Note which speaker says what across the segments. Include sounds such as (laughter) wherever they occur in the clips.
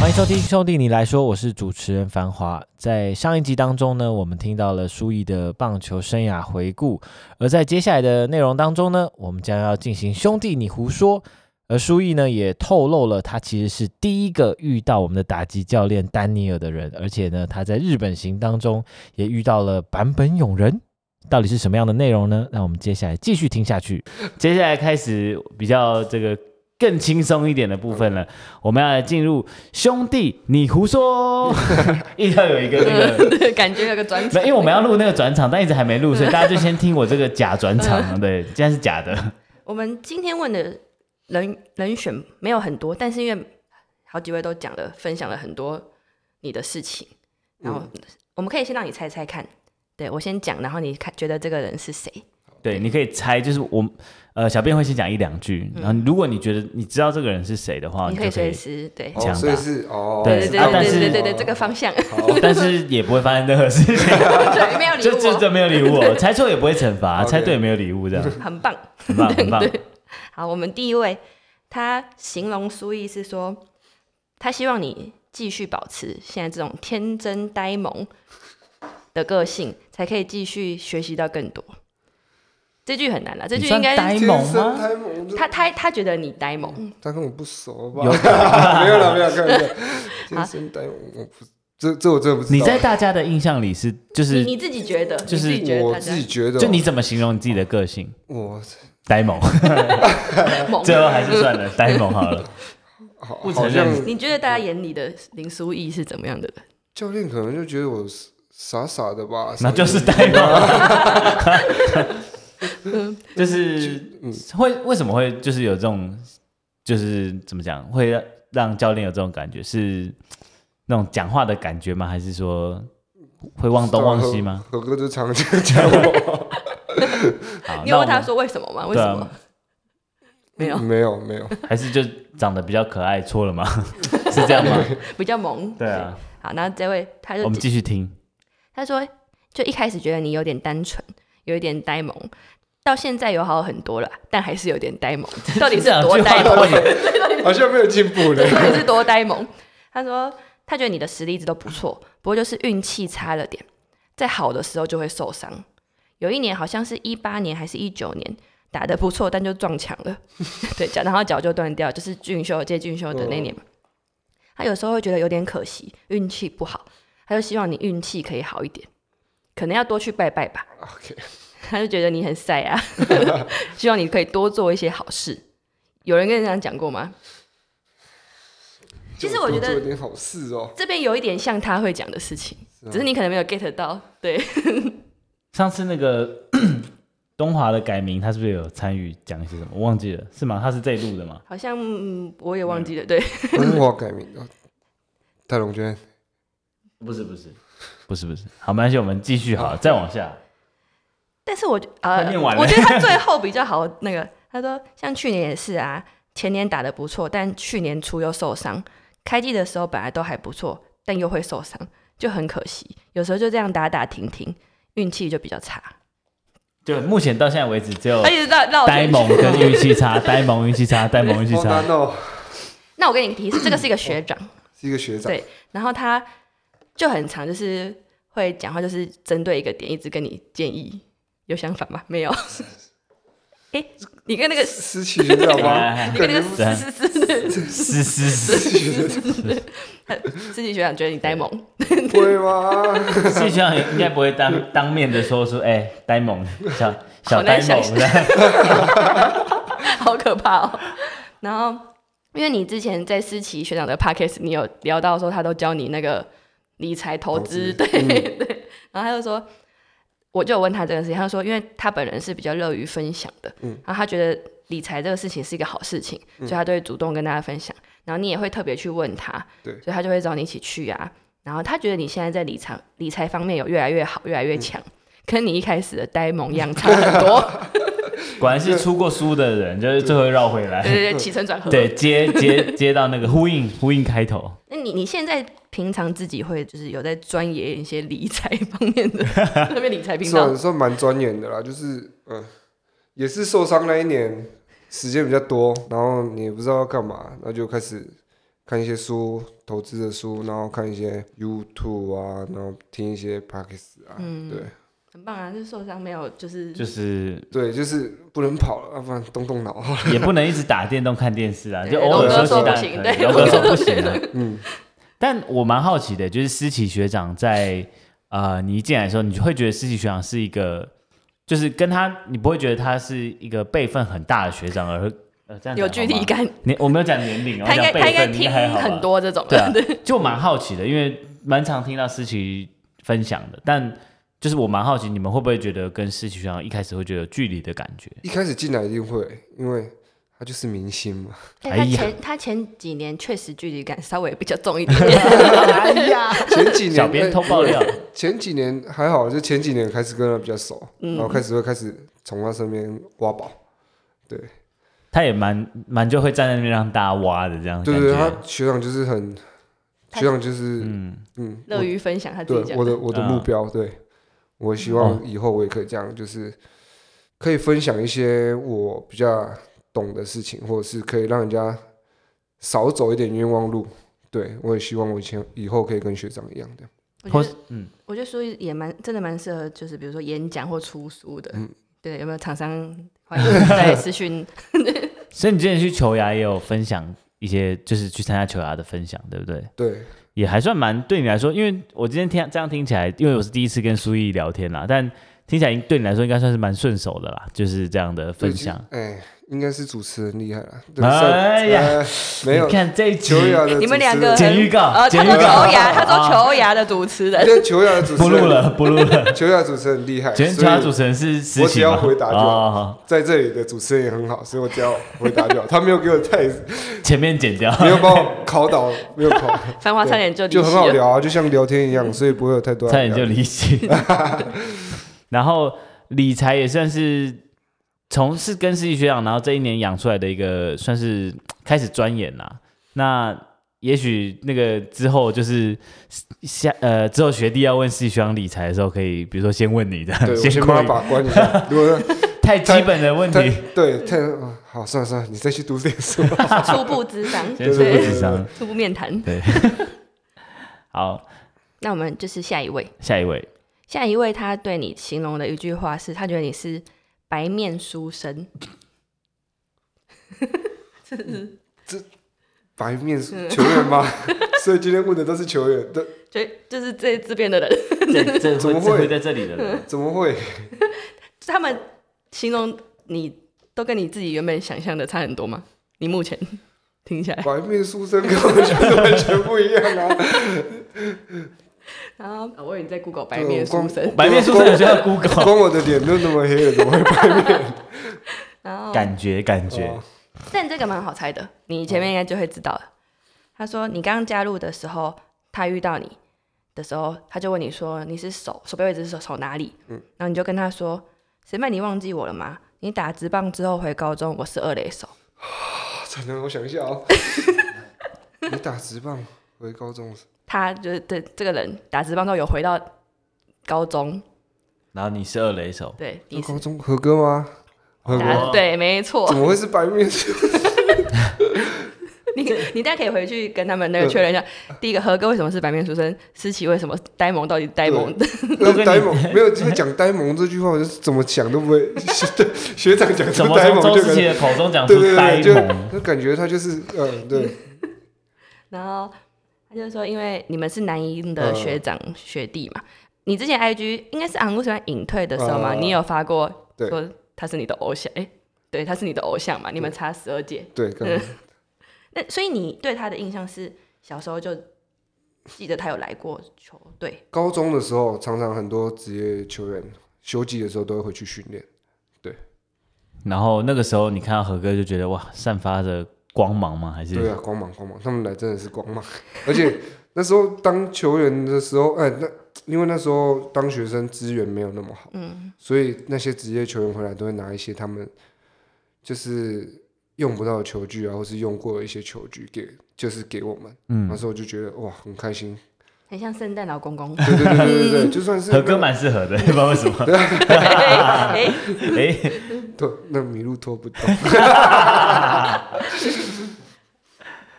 Speaker 1: 欢迎收听《兄弟你来说》，我是主持人繁华。在上一集当中呢，我们听到了舒毅的棒球生涯回顾，而在接下来的内容当中呢，我们将要进行“兄弟你胡说”，而舒毅呢也透露了他其实是第一个遇到我们的打击教练丹尼尔的人，而且呢他在日本行当中也遇到了坂本勇人。到底是什么样的内容呢？那我们接下来继续听下去。
Speaker 2: 接下来开始比较这个更轻松一点的部分了，我们要来进入兄弟你
Speaker 1: (laughs)
Speaker 2: 胡说， (laughs) 一定要有一个那个。
Speaker 3: (laughs) 对，感觉有个转
Speaker 2: (laughs) 没，
Speaker 3: 场。
Speaker 2: 因为我们要录那个转场，但一直还没录，所以大家就先听我这个假转
Speaker 3: 嗯
Speaker 2: 场。对，今天是假的。
Speaker 3: 我们今天问的人人选没有很多，但是因为好几位都讲了，分享了很多你的事情，然后
Speaker 4: 嗯
Speaker 2: 嗯
Speaker 3: 我们可以先让你猜猜看。对我先讲，然后你看觉得这个人是谁？
Speaker 2: 对，你可以猜，就是我呃，小编会先讲一两句，然后如果你觉得你知道这个人是谁的话，
Speaker 3: 你
Speaker 2: 哦你
Speaker 3: 可
Speaker 2: 就
Speaker 3: 以
Speaker 2: 可
Speaker 3: 随
Speaker 2: 以。
Speaker 3: 时对。
Speaker 2: 抢
Speaker 4: 哦，
Speaker 2: 答
Speaker 4: 所以是哦，
Speaker 2: 对
Speaker 3: 对对
Speaker 2: 啊
Speaker 3: 对
Speaker 2: 但
Speaker 3: 对
Speaker 2: 是
Speaker 3: 对对对，这个方
Speaker 2: (laughs)
Speaker 3: 向
Speaker 2: 哦但是也不会发生任何事情，
Speaker 3: (laughs) 对，没有理
Speaker 2: 就就
Speaker 3: 我，
Speaker 2: 就没有礼物哦，猜错也不会惩罚，
Speaker 4: OK
Speaker 2: 猜对也没有礼物，这样
Speaker 3: 很棒。
Speaker 2: 很棒
Speaker 3: (laughs)
Speaker 2: 很棒。
Speaker 3: 好，我们第一位，他形容苏毅是说，他希望你继续保持现在这种天真呆萌的个性，才可以继续学习到更多。这句很难了，这
Speaker 2: 你
Speaker 3: 句
Speaker 2: 算
Speaker 3: 应该
Speaker 2: 呆
Speaker 4: 天
Speaker 2: 萌
Speaker 4: 生
Speaker 2: 吗？嗯
Speaker 4: 太萌，
Speaker 3: 他他他觉得你呆萌，
Speaker 4: 他跟我不熟吧？ (laughs) 没有了，没有，开玩
Speaker 3: (laughs)
Speaker 4: 笑。天生呆萌，我不，这这我真的不知道。
Speaker 2: 你在大家的印象里是就
Speaker 3: 你
Speaker 2: 是
Speaker 3: 你自己觉得，
Speaker 2: 就是
Speaker 3: 你自己觉得
Speaker 4: 我
Speaker 3: 他
Speaker 4: 自己
Speaker 3: 是
Speaker 4: 觉得，
Speaker 2: 就你怎么形容你自己的个性？
Speaker 4: 我
Speaker 2: 呆萌，
Speaker 3: 哦呆
Speaker 2: (laughs)
Speaker 3: 萌，
Speaker 2: 最后还是算了，呆萌好了。
Speaker 4: 好
Speaker 2: 不承
Speaker 4: 好
Speaker 2: 认
Speaker 4: 像
Speaker 3: (laughs) 你觉得大家眼里的林苏毅是怎么样的人？
Speaker 4: 教练可能就觉得我是傻傻的吧，
Speaker 2: 那就是
Speaker 4: 傻傻的
Speaker 2: 呆
Speaker 3: (laughs)
Speaker 2: 萌，就是
Speaker 3: 嗯
Speaker 2: 会为什么会就是有这种，就是怎么讲，会让让教练有这种感觉，是那种讲话的感觉吗？还是说会忘东忘西
Speaker 3: (laughs)
Speaker 2: 吗？
Speaker 4: 何哥就常常讲我，
Speaker 2: 好，
Speaker 3: 你
Speaker 2: 啊那
Speaker 3: 有
Speaker 2: 我
Speaker 3: 问他
Speaker 2: 们
Speaker 3: 说为什么吗？为
Speaker 2: 对
Speaker 3: 什
Speaker 2: 啊
Speaker 3: 么？ (laughs) 没有，
Speaker 4: 没有没有， (laughs)
Speaker 2: 还是就长得比较可爱，错
Speaker 3: (laughs)
Speaker 2: 了吗？是这样吗？
Speaker 3: 比较萌。
Speaker 2: 对啊，
Speaker 3: 好，然后这位他就
Speaker 2: 我们继续听。
Speaker 3: 他说，就一开始觉得你有点单纯，有一点呆萌，到现在有好很多了，但还是有点呆萌。 (laughs) 到底是多呆萌？
Speaker 4: 好像没有进步嘞。
Speaker 3: 到底是多呆萌？他说，他觉得你的实力一直都不错，不过就是运气差了点，在好的时候就会受伤。有一年好像是一八年还是一九年。打得不错，但就撞墙了， (laughs) 对脚，然后脚就断掉，就是俊秀接俊秀的那年嘛。他有时候会觉得有点可惜，运气不好，他就希望你运气可以好一点，可能要多去拜拜吧。
Speaker 4: OK，
Speaker 3: 他就觉得你很晒啊， (laughs) 希望你可以多做一些好事。有人跟你这样讲过吗？ (laughs) 其实我觉
Speaker 4: 就多做
Speaker 3: 得
Speaker 4: 一点好事哦，
Speaker 3: 这边有一点像他会讲的事情，
Speaker 4: 啊
Speaker 3: 只是你可能没有 get 到。对，
Speaker 2: 上次那个 (coughs) 东华的改名，他是不是有参与讲一些什么？我忘记了，是吗？他是这一路的吗？
Speaker 3: 好像、嗯我也忘记了。对，
Speaker 4: 文化改名哦， (laughs) 大龙娟，
Speaker 2: 不是，不是，不是，不是。好，没关系，我们继续好了，再往下。
Speaker 3: 但是我觉
Speaker 2: 快
Speaker 3: 呃
Speaker 2: 念完，了
Speaker 3: 我觉得他最后比较好。那个他说，像去年也是啊，前年打得不错，但去年初又受伤。开季的时候本来都还不错，但又会受伤，就很可惜。有时候就这样打打停停，运气就比较差。哎
Speaker 2: 就目前到现在为止，只有
Speaker 3: 他一直在绕
Speaker 2: 哦呆
Speaker 3: 圈圈
Speaker 2: 萌跟运气差，呆萌运气差，呆萌运气
Speaker 4: 好
Speaker 2: 差
Speaker 4: 难。哦，
Speaker 3: 那我给你个提示，这个是一个学长，
Speaker 4: 是一个学长
Speaker 3: 对，然后他就很长，就是会讲话，就是针对一个点一直跟你建议，有想法吗？ (laughs) 没有。哎、你跟那个，
Speaker 4: 思琪学长
Speaker 2: (laughs)
Speaker 4: 吗？
Speaker 3: 你
Speaker 4: 感觉
Speaker 3: 跟那个
Speaker 4: 不
Speaker 3: 思思思
Speaker 2: 是是是，
Speaker 4: 思琪学长
Speaker 3: 思思学长觉得你呆萌，
Speaker 4: 会吗？
Speaker 2: 是学长应该不会当当面的说出，哎，呆萌，小小
Speaker 3: 好
Speaker 2: 呆
Speaker 3: 难想
Speaker 2: 萌
Speaker 3: 象
Speaker 2: 的。
Speaker 3: 好可怕哦。然后，因为你之前在思琪学长的 podcast，你有聊到说他都教你那个理财投资，
Speaker 4: 投
Speaker 3: 对
Speaker 4: 资
Speaker 3: 对。然后他就说，我就有问他这个事情，他说，因为他本人是比较乐于分享的，
Speaker 4: 嗯
Speaker 3: 然后他觉得理财这个事情是一个好事情，所以他都会主动跟大家分享。然后你也会特别去问他，
Speaker 4: 对
Speaker 3: 所以他就会找你一起去啊。然后他觉得你现在在理财理财方面有越来越好，越来越强，跟你一开始的呆萌样差很多。
Speaker 2: 果然是出过书的人，就是最后绕回
Speaker 3: 对
Speaker 2: 来，
Speaker 3: 对对，起承转合。
Speaker 2: 对，接接接到那个呼应呼应开头。
Speaker 3: 那你你现在平常自己会就是有在钻研一些理财方面的那边理财频道
Speaker 4: (laughs) 算？算蛮钻研的啦，就是嗯，也是受伤那一年时间比较多，然后你也不知道要干嘛，然后就开始看一些书，投资的书，然后看一些 YouTube 啊，然后听一些 p o d c a s t 啊，
Speaker 3: 嗯
Speaker 4: 对
Speaker 3: 很棒啊！这受伤没有就是
Speaker 2: 就是
Speaker 4: 对，就是不能跑了，要啊不然动
Speaker 2: (laughs)
Speaker 4: 动脑。
Speaker 2: 也不能一直打电动看电视啊，
Speaker 3: 对
Speaker 2: 就偶尔
Speaker 4: 龙哥
Speaker 2: 休息
Speaker 4: 说
Speaker 2: 当
Speaker 4: 不
Speaker 2: 然
Speaker 3: 行
Speaker 2: 可以
Speaker 3: 对
Speaker 2: 龙哥说不行啊。
Speaker 4: 嗯，
Speaker 2: 但我蛮好奇的，就是思琪学长在呃，你一进来的时候，你就会觉得思琪学长是一个，就是跟他，你不会觉得他是一个辈分很大的学长，而呃这样讲
Speaker 3: 有
Speaker 2: 好
Speaker 3: 距离
Speaker 2: 吗。
Speaker 3: 感，
Speaker 2: 你我没有讲年龄，我哦
Speaker 3: 他应
Speaker 2: 讲
Speaker 3: 该
Speaker 2: 辈
Speaker 3: 他应该
Speaker 2: 分
Speaker 3: 听
Speaker 2: 还好吧
Speaker 3: 很多这种
Speaker 2: 对啊
Speaker 3: 的， (laughs) 对，
Speaker 2: 就蛮好奇的，因为蛮常听到思琪分享的，但就是我蛮好奇，你们会不会觉得跟思琪学长一开始会觉得有距离的感觉？
Speaker 4: 一开始进来一定会，因为他就是明星
Speaker 2: (laughs)
Speaker 4: 嘛。
Speaker 3: 但
Speaker 2: 哎
Speaker 3: 他
Speaker 2: 呀
Speaker 3: 前他前几年确实距离感稍微比较重 (laughs) 一点点，
Speaker 2: 哎呀，
Speaker 4: 前几年哎
Speaker 2: 小编偷爆料， (laughs)
Speaker 4: 前几年还好，就前几年开始跟他比较熟，
Speaker 3: 嗯
Speaker 4: 然后开始会开始从他身边挖宝。
Speaker 2: 他也蛮蛮就会站在那边让大家挖的这样的
Speaker 4: 对
Speaker 2: 感
Speaker 4: 对，他
Speaker 2: 觉。
Speaker 4: 学长就是很，
Speaker 3: 他
Speaker 4: 学长就是
Speaker 2: 嗯，
Speaker 4: 嗯，
Speaker 3: 乐于分享他自
Speaker 4: 对
Speaker 3: 己讲
Speaker 4: 我
Speaker 3: 的。
Speaker 4: 的我的目标，对我希
Speaker 2: 嗯
Speaker 4: 望以后我也可以这样，就是可以分享一些我比较懂的事情，或者是可以让人家少走一点冤枉路。对我也希望我以前以后可以跟学长一样的。
Speaker 3: 我觉
Speaker 2: 或
Speaker 3: 得
Speaker 2: 嗯，
Speaker 3: 我觉得书也蛮真的蛮适合，就是比如说演讲或出书的。
Speaker 4: 嗯
Speaker 3: 对，有没有厂商欢迎在
Speaker 2: (laughs)
Speaker 3: 私讯？
Speaker 2: 所以你之前去球牙也有分享一些，就是去参加球牙的分享，对不对？
Speaker 4: 对，
Speaker 2: 也还算蛮对你来说，因为我今天听这样听起来，因为我是第一次跟苏毅聊天啦，但听起来对你来说应该算是蛮顺手的啦，就是这样的分享。
Speaker 4: 对，哎，应该是主持人厉害了。对
Speaker 2: 哎呀，
Speaker 4: 呃没有
Speaker 2: 你看这一集
Speaker 4: 球雅的主持人，
Speaker 3: 你们两个
Speaker 2: 剪预告，
Speaker 3: 呃，他
Speaker 2: 剪预
Speaker 3: 说
Speaker 2: 告，
Speaker 3: 球牙，他
Speaker 2: 啊
Speaker 3: 说球牙的主持
Speaker 4: (laughs)
Speaker 3: 人
Speaker 4: 因。为球雅的主
Speaker 2: 不
Speaker 4: 持
Speaker 2: 录
Speaker 4: 人，
Speaker 2: 了，不录了。
Speaker 4: 球雅主持人很厉害，
Speaker 2: 今天其
Speaker 4: 所
Speaker 2: 他
Speaker 4: 以
Speaker 2: 主持人是思
Speaker 4: 我
Speaker 2: 琪
Speaker 4: 只
Speaker 2: 吗
Speaker 4: 要回答就好
Speaker 2: 哦
Speaker 4: 在这里的主持人也很好，所以我只要回答就好。他没有给我
Speaker 2: (laughs)
Speaker 4: 太，
Speaker 2: 前面剪掉。
Speaker 4: 没有把我考倒，没有
Speaker 3: (laughs)
Speaker 4: 考，
Speaker 3: 繁华差点就离
Speaker 4: 就很
Speaker 3: 席
Speaker 4: 好
Speaker 3: 了。
Speaker 4: 聊啊，就像聊天一样，所以不会有太多。
Speaker 2: 差点就。离席。 (laughs) 然后理财也算是从是跟实习学长，然后这一年养出来的一个，算是开始钻研啦。那也许那个之后就是下呃之后学弟要问实习学长理财的时候，可以比如说先问你这
Speaker 4: 对，
Speaker 2: 样，
Speaker 4: 我
Speaker 2: 过
Speaker 4: 先帮
Speaker 2: 一
Speaker 4: 他把关一下。如果他
Speaker 2: 太基本的问
Speaker 4: 他
Speaker 2: 题，
Speaker 4: 对太啊好，算了算了，你再去读点书。
Speaker 3: (laughs) 初步智商，
Speaker 2: 先
Speaker 4: 对
Speaker 2: 说
Speaker 4: 对
Speaker 2: 不
Speaker 4: 对
Speaker 2: 智商。
Speaker 3: 初步面谈。
Speaker 2: 对，好，
Speaker 3: 那我们就是下一位，
Speaker 2: 下一位，
Speaker 3: 下一位他对你形容的一句话是，他觉得你是白面书生，
Speaker 4: 白面书球员吗？ (laughs) 所以今天问的都是球员，但
Speaker 3: 就就是这这边的人，
Speaker 2: 这这
Speaker 4: 怎么
Speaker 2: 这
Speaker 4: 会
Speaker 2: 在这里的人？
Speaker 4: 怎么会？
Speaker 3: 他们形容你都跟你自己原本想象的差很多吗？你目前听起 (laughs) 来，
Speaker 4: 白面书生跟我想的完全不一样
Speaker 2: (laughs)
Speaker 4: 啊！
Speaker 3: 然后啊我以为你在 Google 白面书生，
Speaker 2: 白面书生有需要
Speaker 4: (laughs)
Speaker 2: Google
Speaker 4: 光我的脸都那么黑了，怎么会白
Speaker 3: 然后
Speaker 2: 感觉感觉。
Speaker 4: 哦
Speaker 3: 但这个蛮好猜的，你前面应该就会知道了。他说你刚加入的时候，他遇到你的时候，他就问你说你是手手背位置是手手哪里？然后你就跟他说，谁卖你忘记我了吗？你打直棒之后回高中，我是二垒手。
Speaker 4: 才能我想一下
Speaker 3: (laughs)
Speaker 4: 哦。你打直棒回高中时，
Speaker 3: 他就是对这个人打直棒之后有回到高中，
Speaker 2: 然后你是二垒手，
Speaker 3: 对，第
Speaker 4: 那
Speaker 3: 一次
Speaker 4: 高中合歌吗？合歌
Speaker 3: 打对，没错
Speaker 4: 怎。么会是白
Speaker 3: (laughs)
Speaker 4: 面书？
Speaker 3: 你你大家可以回去跟他们那个确认一下，第一个何哥为什么是白面书生，思琪为什么呆萌到底呆萌？
Speaker 4: 那呃呆萌没有，因为讲呆萌这句话，我就是怎么讲都不会。 (laughs) 对，学长 (laughs) 讲
Speaker 2: 怎
Speaker 4: 出
Speaker 2: 么
Speaker 4: 呆
Speaker 2: 从
Speaker 4: 萌
Speaker 2: 周
Speaker 4: 就
Speaker 2: 思
Speaker 4: 感
Speaker 2: 琪
Speaker 4: 觉，
Speaker 2: 的口中讲出
Speaker 4: 对对
Speaker 2: 呆
Speaker 4: 对，
Speaker 2: 萌？
Speaker 4: 就就感觉他就是嗯，对，
Speaker 3: 然后他就说，因为你们是南音的
Speaker 4: 嗯
Speaker 3: 学长、学弟嘛，你之前 IG 应该是昂古喜欢隐退的时候嘛，
Speaker 4: 嗯
Speaker 3: 你有发过
Speaker 4: 对
Speaker 3: 说他是你的偶像，哎、对，他是你的偶像嘛，你们差十二届，
Speaker 4: 对，刚
Speaker 3: (laughs)
Speaker 4: 刚
Speaker 3: 那所以你对他的印象是小时候就记得他有来过球队，
Speaker 4: 高中的时候，常常很多职业球员休季的时候都会回去训练。
Speaker 2: 然后那个时候你看到何哥就觉得哇，散发着光芒吗？还
Speaker 4: 对
Speaker 2: 是
Speaker 4: 啊，光芒光芒，他们来真的是光芒。 (laughs) 而且那时候当球员的时候，哎，那因为那时候当学生资源没有那么好，
Speaker 3: 嗯，
Speaker 4: 所以那些职业球员回来都会拿一些他们就是用不到的球具啊，或是用过的一些球具给，就是给我们。那
Speaker 2: 嗯，
Speaker 4: 时候我就觉得哇，很开心。 (laughs)
Speaker 3: 很像圣诞老公公。 (laughs)
Speaker 4: 对对对对对对，就算是
Speaker 2: 和歌蛮适合的，不 (laughs) 知道为什么。
Speaker 3: 哎
Speaker 2: 哎，
Speaker 4: 对，那麋鹿拖不 (laughs) 动。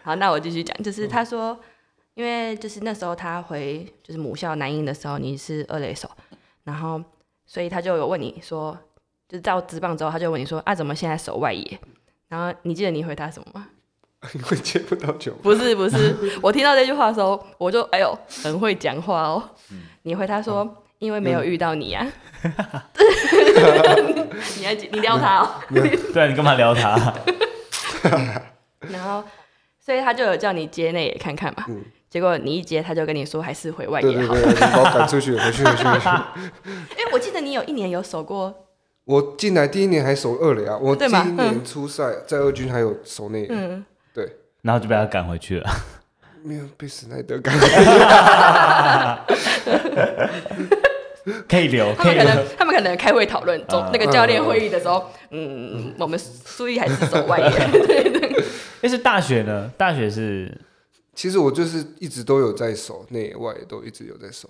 Speaker 3: 好，那我继续讲，就是他说，因为就是那时候他回就是母校南英的时候，你是二垒手，然后所以他就有问你说，就是到职棒之后，他就问你说啊，怎么现在守外野？然后你记得你回答什么吗？
Speaker 4: 因为接不到球。
Speaker 3: 不是不是， (laughs) 我听到这句话的时候，我就哎呦，很会讲话哦。你回他说，因为没有遇到你啊。你还记你撩他哦。
Speaker 2: 对啊，你干嘛撩他？ (laughs)
Speaker 3: (laughs) 然后，所以他就有叫你接内野看看嘛。
Speaker 4: 嗯
Speaker 3: 结果你一接，他就跟你说还是回外
Speaker 2: 哎
Speaker 4: 对
Speaker 3: 野
Speaker 4: 对
Speaker 3: 好。
Speaker 4: 对，你把我赶出去，回去回去回去。
Speaker 3: 因为我记得你有一年有守过，
Speaker 4: 我进来第一年还守二垒啊，我第
Speaker 3: 对嘛
Speaker 4: 一年初赛在二军还有守内野，
Speaker 3: 嗯，
Speaker 2: 然后就被他赶回去了。 (laughs)
Speaker 4: 没有被史奈德赶。
Speaker 2: 可以留，
Speaker 3: 他
Speaker 2: 可
Speaker 3: 们
Speaker 2: 以
Speaker 3: 可
Speaker 2: 留。
Speaker 3: 能他们可能开会讨论中
Speaker 2: 啊
Speaker 3: 那个教练会议的时候，嗯，我们苏毅还是守外野，
Speaker 2: 但是大学呢？大学是
Speaker 4: (laughs) 其实我就是一直都有在守内野外，也都一直有在守。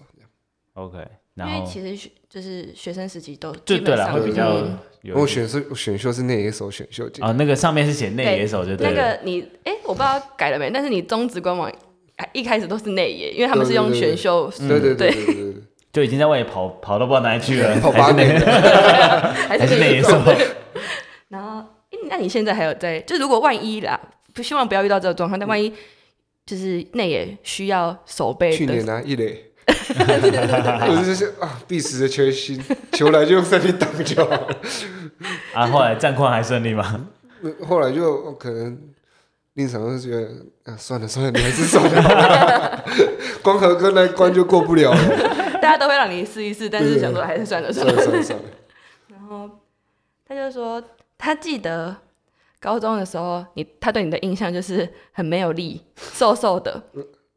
Speaker 2: OK，
Speaker 3: 因
Speaker 2: (laughs) 然
Speaker 3: 为
Speaker 2: 后
Speaker 3: 其实学就是学生时期都
Speaker 2: 就
Speaker 3: 基
Speaker 2: 对
Speaker 3: 本
Speaker 2: 了，
Speaker 3: 上
Speaker 2: 会比较
Speaker 3: 嗯
Speaker 2: 有
Speaker 4: 我选秀选秀是内野手选秀进，
Speaker 2: 哦，那个上面是写内野手就
Speaker 3: 那
Speaker 2: 对了。
Speaker 3: 个你哎，我不知道改了没，但是你中职官网哎一开始都是内野，因为他们是
Speaker 4: 对对
Speaker 3: 用
Speaker 4: 对
Speaker 3: 选秀，
Speaker 2: 嗯
Speaker 4: 对对对对对
Speaker 2: 就已经在外面跑跑到不知道哪里去了，
Speaker 4: 对， (laughs) 跑
Speaker 2: 还
Speaker 4: 八啊
Speaker 2: 是内
Speaker 4: 年的，
Speaker 3: 还
Speaker 2: (laughs) 还是
Speaker 3: 是
Speaker 2: 内野
Speaker 4: (laughs)
Speaker 2: 手。 (laughs)
Speaker 3: 然后，诶那你现在还有在？就如果万一啦，不希望不要遇到这个状况，但万一就是内野需要守备
Speaker 4: 去
Speaker 3: 的，
Speaker 4: 年啊一垒。我就是啊，必死的球星，球来就用身体挡就好了。
Speaker 2: 啊，后来战况还顺利吗？ (laughs)
Speaker 4: 后来就哦可能令场就觉得啊，算了算了，你还是算了。
Speaker 3: (laughs)
Speaker 4: 光和哥那一关就过不了了，
Speaker 3: 大家都会让你试一试，但是想说还是算了算
Speaker 4: 算了
Speaker 3: 了。
Speaker 4: 算了算了。
Speaker 3: 然后他就说，他记得高中的时候，你他对你的印象就是很没有力， (laughs) 瘦瘦的。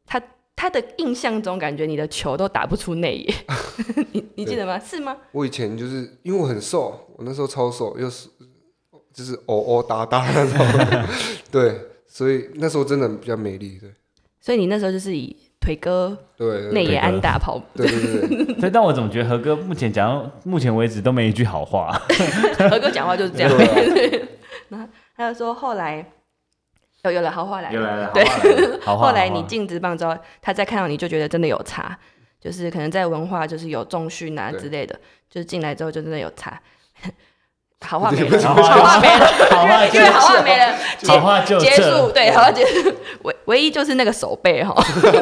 Speaker 3: 他他的印象中感觉你的球都打不出内野， (laughs) 你你记得吗？是吗？
Speaker 4: (laughs) 我以前就是因为我很瘦，我那时候超瘦，又是就是哦哦哒哒那种，
Speaker 3: (laughs)
Speaker 4: 对，所以那时候真的比较美丽，对
Speaker 3: 所以你那时候就是以腿哥
Speaker 4: 对对
Speaker 3: 内野
Speaker 2: 腿哥
Speaker 3: 安打跑
Speaker 4: 对对对，
Speaker 2: 对，但我怎么觉得何哥目前讲到目前为止都没一句好话。
Speaker 3: 何哥讲话 (laughs) 就是这样。然后他就说后来有有了好话来
Speaker 2: 又
Speaker 3: 了，
Speaker 2: 来了，
Speaker 3: 对
Speaker 2: 好话来了，好话
Speaker 3: 后 (laughs) 来你
Speaker 2: 好话
Speaker 3: 进职棒之后，他再看到你就觉得真的有差，就是可能在文化就是有重训啊
Speaker 4: 对
Speaker 3: 之类的，就是进来之后就真的有差。 (laughs) 好话没
Speaker 4: 对
Speaker 3: 了，
Speaker 2: 好
Speaker 3: 好
Speaker 2: 话
Speaker 3: 话没了，
Speaker 2: 好话
Speaker 3: (laughs) 因为因为好话没了，
Speaker 2: 好话就
Speaker 3: 结束
Speaker 2: 这，
Speaker 3: 对，好话结束。 (laughs) 唯唯一就是那个手背哈，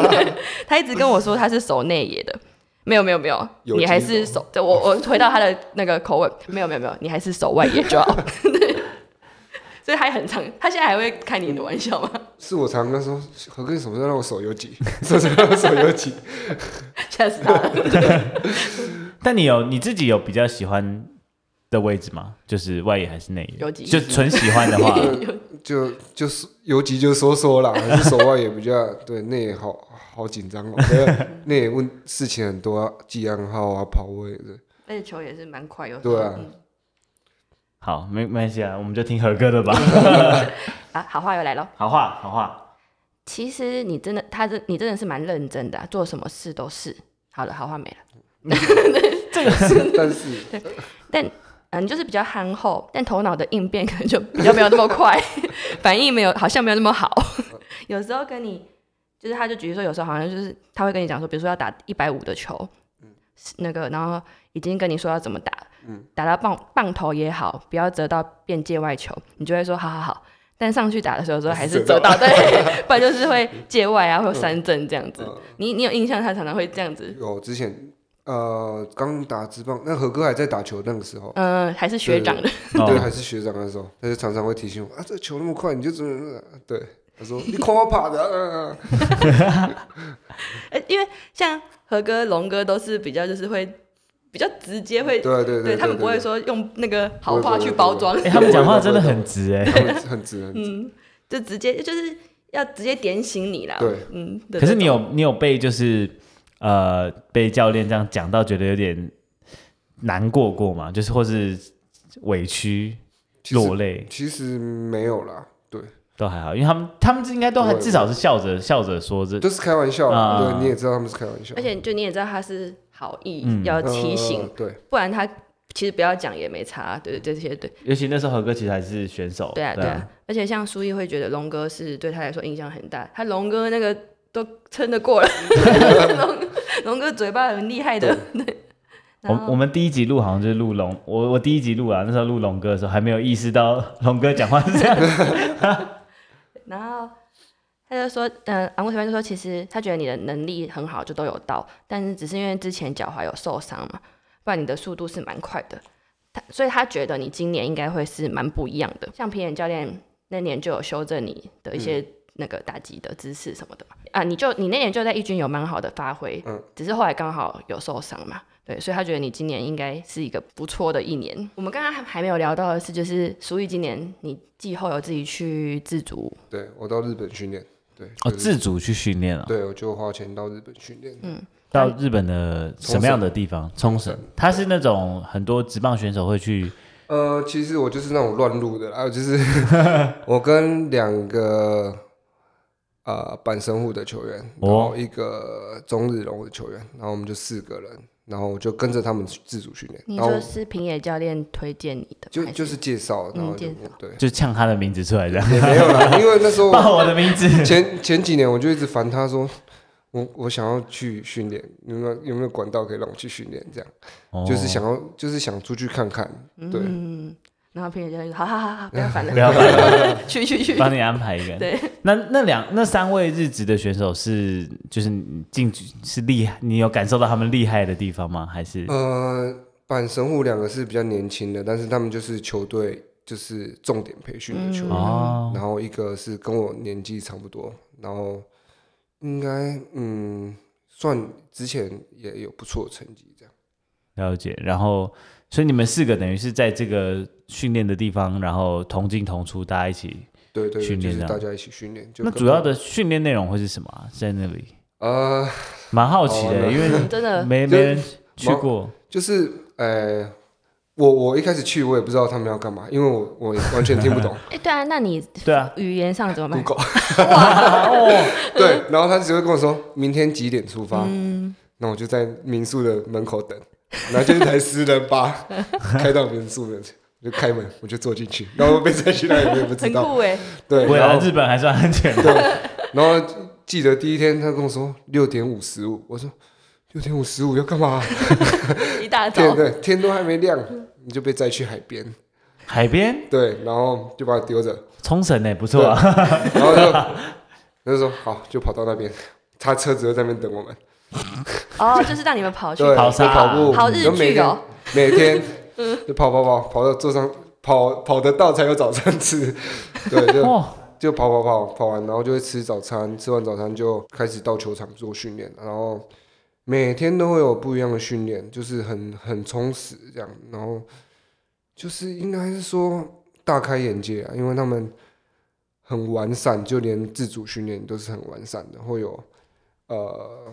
Speaker 3: (laughs) 他一直跟我说他是手内野的，没有没有没有，
Speaker 4: 有
Speaker 3: 你还
Speaker 4: 肌
Speaker 3: 是手，对我我回到他的那个口吻，没有没有没有，你还是手外野 (laughs) 就好。对所以还很长，他现在还会开你的玩笑吗？ (laughs)
Speaker 4: 是我常跟他说何哥，你什么时候让我手游挤？什么时候让 (laughs) 我手游挤？
Speaker 3: 吓死他了！
Speaker 2: 但你有你自己有比较喜欢的位置吗？就是外野还是内野？
Speaker 3: 游击
Speaker 2: 就纯喜欢的
Speaker 3: (laughs)
Speaker 2: 话，
Speaker 4: 就就是游击就说说啦，还是手腕也比较对，内也好好紧张哦，对内也问事情很多、啊，记暗号啊，跑位的，
Speaker 3: 那球也是蛮快，有
Speaker 4: 对啊
Speaker 3: 嗯
Speaker 2: 好，没没关系啊，我们就听何哥的吧。
Speaker 3: (laughs) 啊，好话又来了。
Speaker 2: 好话，好 (laughs) 话，
Speaker 3: 其实你真的，他真你真的是蛮认真的啊、做什么事都是。好了，好话没了。
Speaker 4: 但是
Speaker 3: 嗯，你就是比较憨厚，但头脑的应变 (laughs) 可能就比较没有那么快， (laughs) 反应没有好像没有那么好。 (laughs) 有时候跟你就是，他就举例说，有时候好像就是他会跟你讲说，比如说要打一百五的球，那个然后已经跟你说要怎么打，打到棒棒头也好，不要折到变界外球，你就会说好好好。但上去打的时候，说还是折到，对， (laughs) 不然就是会界外啊，会有三振这样子。你你有印象，他常常会这样子，
Speaker 4: 有之前呃刚打职棒，那何哥还在打球那个时候，
Speaker 3: 嗯、还是学长的，
Speaker 4: 对，
Speaker 2: 哦，
Speaker 4: 还是学长的时候，他就常常会提醒我啊，这球那么快，你就怎么对？他说你狂我跑的、啊，
Speaker 3: 呃因为像何哥、龙哥都是比较就是会比较直接会，
Speaker 4: 对对对对，
Speaker 3: 他们
Speaker 4: 对
Speaker 3: 不会，说嗯用那个好话去包装，
Speaker 2: 哎，他们讲话真的很直
Speaker 3: (laughs)
Speaker 2: 哎。
Speaker 4: 对他们很直，很直
Speaker 3: 嗯，就直接就是要直接点醒你啦。
Speaker 4: 对，
Speaker 3: 嗯，对
Speaker 2: 可是你有你有被就是呃被教练这样讲到觉得有点难过过吗？就是或是委屈
Speaker 4: 其
Speaker 2: 落
Speaker 4: 实
Speaker 2: 泪
Speaker 4: 其实没有啦，对，
Speaker 2: 都还好，因为他们他们应该都还
Speaker 4: 不会
Speaker 2: 至少是笑着笑着说这
Speaker 4: 都是开玩笑啦，
Speaker 2: 啊
Speaker 4: 对，你也知道他们是开玩笑，
Speaker 3: 而且就你也知道他是好意，
Speaker 2: 嗯
Speaker 3: 要提醒，
Speaker 4: 呃对，
Speaker 3: 不然他其实不要讲也没差。对对对，这些对
Speaker 2: 尤其那时候何哥其实还是选手，
Speaker 3: 对啊对啊。而且像苏毅会觉得龙哥是对他来说影响很大，他龙哥那个都撑得过了， (laughs) 龙龙哥嘴巴很厉害的。对，
Speaker 2: 我
Speaker 3: 然
Speaker 2: 们我
Speaker 3: 后
Speaker 2: 们第一集录好像就是录龙，我我第一集录啊，那时候录龙哥的时候还没有意识到龙哥讲话是这样，
Speaker 4: (laughs)
Speaker 3: 然后他就说，嗯、昂贵裁判就说，其实他觉得你的能力很好，就都有到，但是只是因为之前脚踝有受伤嘛，不然你的速度是蛮快的。他所以他觉得你今年应该会是蛮不一样的。像皮眼教练那年就有修正你的一些那个打击的姿势什么的嘛，啊，你就你那年就在一军有蛮好的发挥，
Speaker 4: 嗯
Speaker 3: 只是后来刚好有受伤嘛。对，所以他觉得你今年应该是一个不错的一年。我们刚刚还还没有聊到的是，就是苏毅今年你季后有自己去自主
Speaker 4: 对我到日本训练，对，
Speaker 2: 哦，
Speaker 4: 就是
Speaker 2: 自主去训练啊，
Speaker 4: 对我就花钱到日本训练，
Speaker 2: 到日本的什么样的地方？冲绳，他是那种很多职棒选手会去，
Speaker 4: 呃，其实我就是那种乱入的啦， (laughs) 我就是我跟两个呃板神户的球员，然
Speaker 2: 哦
Speaker 4: 后一个中日龙的球员，然后我们就四个人，然后我就跟着他们去自主训练，
Speaker 3: 你
Speaker 4: 然后
Speaker 3: 说是平野教练推荐你的吗，
Speaker 4: 就
Speaker 3: 还
Speaker 4: 就是介绍，然
Speaker 3: 嗯
Speaker 4: 后就、
Speaker 3: 介绍
Speaker 4: 对，
Speaker 2: 就呛他的名字出来这样，
Speaker 4: 也没有啦，因为那
Speaker 2: (laughs)
Speaker 4: 时候
Speaker 2: 报我的名字，
Speaker 4: 前前几年我就一直烦他说。我我想要去训练，有没有有没有管道可以让我去训练？这样、 (laughs)
Speaker 2: 哦
Speaker 4: 就是想要，就是想出去看看。对，
Speaker 3: 嗯，然后平野教练就好好好好，不要烦了，
Speaker 2: 不
Speaker 3: (laughs)
Speaker 2: 要烦
Speaker 3: 去去去，
Speaker 2: 帮你安排一个。
Speaker 3: 对，
Speaker 2: 那那两那三位日职的选手是就是你进去是厉害，你有感受到他们厉害的地方吗？还是
Speaker 4: 呃，板神户两个是比较年轻的，但是他们就是球队就是重点培训的球员，
Speaker 2: 哦
Speaker 4: 然后一个是跟我年纪差不多，然后应该嗯算之前也有不错的成绩这样。
Speaker 2: 了解？然后所以你们四个等于是在这个训练的地方，然后同进同出，大家一起。
Speaker 4: 对对对，
Speaker 2: 训
Speaker 4: 就
Speaker 2: 练
Speaker 4: 是
Speaker 2: 这样
Speaker 4: 大家一起训练。就
Speaker 2: 那
Speaker 4: 跟
Speaker 2: 主要的训练内容会是什么、啊？在那里
Speaker 4: 呃，
Speaker 2: 蛮好奇的，
Speaker 4: 好玩
Speaker 2: 因为
Speaker 3: 真的
Speaker 2: 没
Speaker 4: 就
Speaker 2: 没人去过。
Speaker 4: 就是呃，我我一开始去我也不知道他们要干嘛，因为我我完全听不懂
Speaker 3: 哎，对啊，那你
Speaker 2: 对啊，
Speaker 3: 语言上怎么办？
Speaker 4: Google。对，
Speaker 3: (laughs)
Speaker 4: 然后他只会跟我说明天几点出发，
Speaker 3: 嗯，
Speaker 4: 那我就在民宿的门口等，然后就一台私人
Speaker 3: (laughs)
Speaker 4: 巴开到民宿的，我就开门，我就坐进去，然后被再去哪里我也不知
Speaker 3: 很
Speaker 4: 道。
Speaker 3: 酷哎，
Speaker 4: 对，
Speaker 2: 未来
Speaker 4: 然后
Speaker 2: 日本还算安全的。
Speaker 4: 然后记得第一天他跟我说六点五十五，我说六点五十五要干嘛？
Speaker 3: 一大
Speaker 4: 对
Speaker 3: 早，
Speaker 4: 对，天都还没亮，你就被载去海边，
Speaker 2: 海边
Speaker 4: 对，然后就把我丢着，
Speaker 2: 冲绳呢，不错啊。
Speaker 4: 然后就他就说好，就跑到那边，他车子就在那边等我们，
Speaker 3: 哦，就是让你们跑去
Speaker 4: 对，
Speaker 2: 跑
Speaker 4: 跑
Speaker 2: 山
Speaker 4: 跑步，
Speaker 3: 好日
Speaker 4: 就每
Speaker 3: 剧
Speaker 4: 天
Speaker 3: 哦，嗯
Speaker 4: 每天就跑跑跑跑到坐上跑跑得到才有早餐吃，对，就
Speaker 2: 哇，
Speaker 4: 就跑跑跑跑完，然后就会吃早餐，吃完早餐就开始到球场做训练，然后每天都会有不一样的训练，就是很很充实这样，然后就是应该是说大开眼界啊，因为他们很完善，就连自主训练都是很完善的，会有呃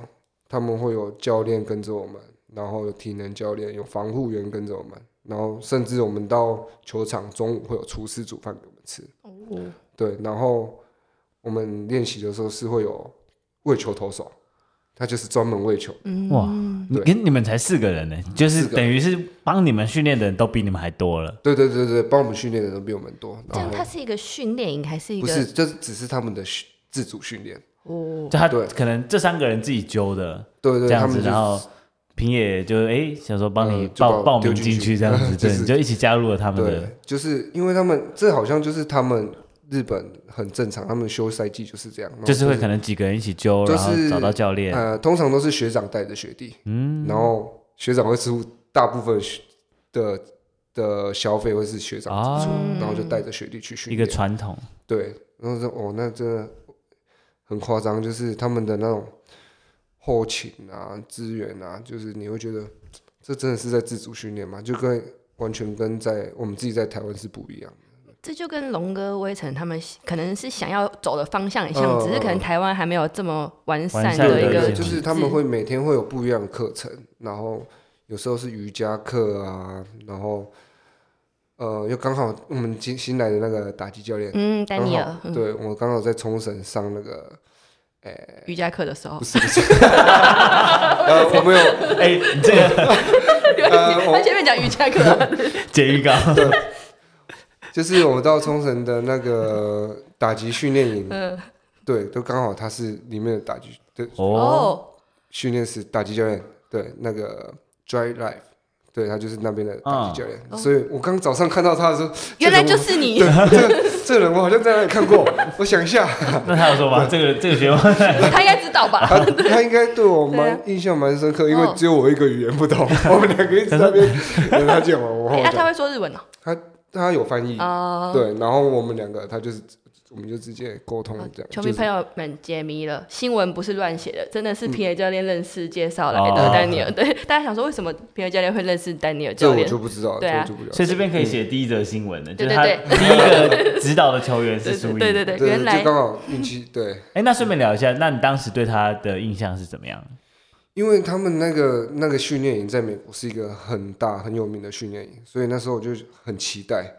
Speaker 4: 他们会有教练跟着我们，然后有体能教练，有防护员跟着我们，然后甚至我们到球场中午会有厨师煮饭给我们吃。
Speaker 3: 哦
Speaker 4: 对，然后我们练习的时候是会有喂球投手，他就是专门喂球。
Speaker 3: 嗯
Speaker 2: 哇 (laughs) 你
Speaker 4: 对
Speaker 2: 跟你们才四个人呢，欸就是
Speaker 4: 四个
Speaker 2: 等于是帮你们训练的人都比你们还多了。
Speaker 4: 对对对对，帮我们训练的人比我们多。
Speaker 3: 这
Speaker 4: 然
Speaker 3: 样它
Speaker 4: 后
Speaker 3: 是一个训练营还是一
Speaker 4: 哦不
Speaker 3: 个？
Speaker 4: 是，就是只是他们的训自主训练。
Speaker 3: 哦，
Speaker 2: 就他
Speaker 4: 对
Speaker 2: 可能这三个人自己揪的
Speaker 4: 对对，
Speaker 2: 这
Speaker 4: 他
Speaker 2: 样子，
Speaker 4: 们就是
Speaker 2: 然后平野就哎想说帮你
Speaker 4: 嗯就把
Speaker 2: 报
Speaker 4: 我
Speaker 2: 报名
Speaker 4: 丢进
Speaker 2: 进去
Speaker 4: 去
Speaker 2: 这样
Speaker 4: (laughs)
Speaker 2: 子，
Speaker 4: 就
Speaker 2: 对，
Speaker 4: 是
Speaker 2: 你就一起加入了他们的
Speaker 4: 对，就是因为他们这好像就是他们日本很正常，他们休赛季就是这样，然后
Speaker 2: 就是会可能几个人一起揪，
Speaker 4: 就
Speaker 2: 然后
Speaker 4: 是
Speaker 2: 找到教练，
Speaker 4: 呃，通常都是学长带着学弟，嗯，然后学长会出大部分学的的消费会是学长支出，
Speaker 2: 哦
Speaker 4: 然后
Speaker 3: 嗯
Speaker 4: 就带着学弟去训
Speaker 2: 一个
Speaker 4: 练。
Speaker 2: 传
Speaker 4: (laughs)
Speaker 2: 统，
Speaker 4: 对，然后说哦，那真的很夸张，就是他们的那种后勤啊、资源啊，就是你会觉得这真的是在自主训练吗？就跟完全跟在我们自己在台湾是不一样的。
Speaker 3: 这就跟龙哥、威成他们可能是想要走的方向很像
Speaker 4: 嗯，
Speaker 3: 只是可能
Speaker 4: 嗯
Speaker 3: 台湾还没有这么完
Speaker 2: 完
Speaker 3: 善
Speaker 2: 善
Speaker 3: 的
Speaker 2: 的
Speaker 3: 一个
Speaker 2: 一个
Speaker 4: 对，就
Speaker 3: 体
Speaker 4: 是
Speaker 3: 制
Speaker 4: 他们会每天会有不一样的课程，然后有时候是瑜伽课啊，然后。呃，又刚好我们新新来的那个打击教练，
Speaker 3: 嗯，丹
Speaker 4: 刚
Speaker 3: 尼尔
Speaker 4: 好，
Speaker 3: 嗯，
Speaker 4: 对我刚好在冲绳上那个，诶，
Speaker 3: 瑜伽课的时候
Speaker 4: 不，是不是，呃，我没有，
Speaker 2: 哎，你这个
Speaker 4: 呃我
Speaker 3: (laughs) 他前面讲瑜伽课，
Speaker 2: 剪预
Speaker 4: (laughs)
Speaker 2: 告，
Speaker 4: 就是我们到冲绳的那个打击训练营，
Speaker 3: 嗯，
Speaker 4: 对，都刚好他是里面的打击的
Speaker 2: 哦，
Speaker 3: (laughs) 哦，
Speaker 4: 训练师打击教练，对，那个 Dry Life，对他就是那边的打击教练，
Speaker 3: 哦
Speaker 4: 所以我刚早上看到他的时候，
Speaker 3: (laughs) 原来
Speaker 4: 这
Speaker 3: 就
Speaker 4: 人
Speaker 3: 是你，
Speaker 4: 我这个这个人我好像在哪里看过，我想一
Speaker 3: (laughs)
Speaker 4: 下，
Speaker 2: 那他有说吗？这个这个学问，
Speaker 3: 他应该
Speaker 4: (laughs)
Speaker 3: 知道吧？
Speaker 4: 他他应该对我蛮
Speaker 3: 对啊
Speaker 4: 印象蛮深刻，因为
Speaker 3: 嗯
Speaker 4: 只有我一个语言不懂，我们两个一直在那
Speaker 3: (laughs)
Speaker 4: 边等他讲完，我后
Speaker 3: 哎，啊他
Speaker 4: 讲，
Speaker 3: 会说日文哦，
Speaker 4: 他有翻译，
Speaker 3: 哦，
Speaker 4: 对，然后我们两个他就是我们就直接沟通这样，
Speaker 3: 哦球
Speaker 4: 就
Speaker 3: 迷
Speaker 4: 是
Speaker 3: 朋友们解谜了，新闻不是乱写的，真的
Speaker 4: 嗯
Speaker 3: 是平野教练认识介绍来
Speaker 2: 哦
Speaker 3: 的丹尼尔。对，大家想说为什么平野教练会认识丹尼尔
Speaker 4: 这
Speaker 3: 教
Speaker 4: 我
Speaker 3: 练？
Speaker 4: 就不知道，
Speaker 3: 对
Speaker 4: 这
Speaker 3: 啊
Speaker 4: 我就不了解
Speaker 2: 所以这边可以写第一则新闻的，就
Speaker 3: 对
Speaker 2: 是他
Speaker 3: 对
Speaker 2: 第一个指导的球员
Speaker 3: 对
Speaker 2: 是苏
Speaker 3: 对
Speaker 2: 怡。
Speaker 3: 对对对，
Speaker 4: 对，
Speaker 3: 呃原来
Speaker 4: 就刚好运
Speaker 3: (laughs)
Speaker 4: 气对。
Speaker 2: 哎，那顺便聊一下，那你当时对他的印象是怎么样？
Speaker 4: 因为他们那个那个训练营在美国是一个很大很有名的训练营，所以那时候我就很期待，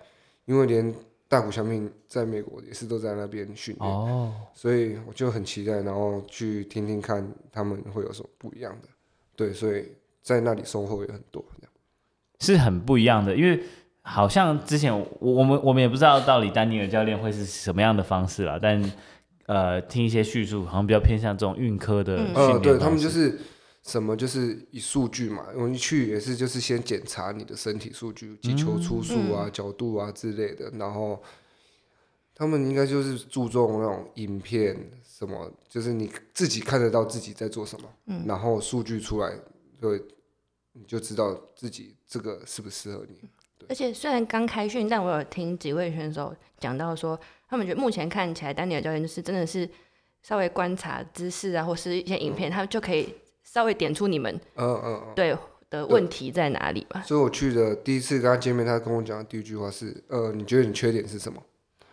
Speaker 4: 因为连大谷翔平在美国也是都在那边训练，
Speaker 2: 哦，
Speaker 4: 所以我就很期待，然后去听听看他们会有什么不一样的。对，所以在那里收获也很多。这样
Speaker 2: 是很不一样的，因为好像之前我我们我们也不知道到底丹尼尔教练会是什么样的方式啦，但呃，听一些叙述，好像比较偏向这种运科的训
Speaker 3: 嗯
Speaker 2: 练、
Speaker 4: 呃，对他们就。是什么就是以数据嘛，我们去也是就是先检查你的身体数据，击球出
Speaker 3: 嗯
Speaker 4: 速啊、角度啊之类的，然后他们应该就是注重那种影片什么，就是你自己看得到自己在做什么，
Speaker 3: 嗯
Speaker 4: 然后数据出来，对，你就知道自己这个适不适合你。
Speaker 3: 而且虽然刚开训，但我有听几位选手讲到说，他们觉得目前看起来丹尼尔教练就是真的是稍微观察姿势啊，或是一些影片，他就可以稍微点出你们
Speaker 4: 嗯嗯嗯。
Speaker 3: 对的问题在哪里吧。
Speaker 4: 所以我去的第一次跟他见面，他跟我讲的第一句话是：呃，你觉得你缺点是什么？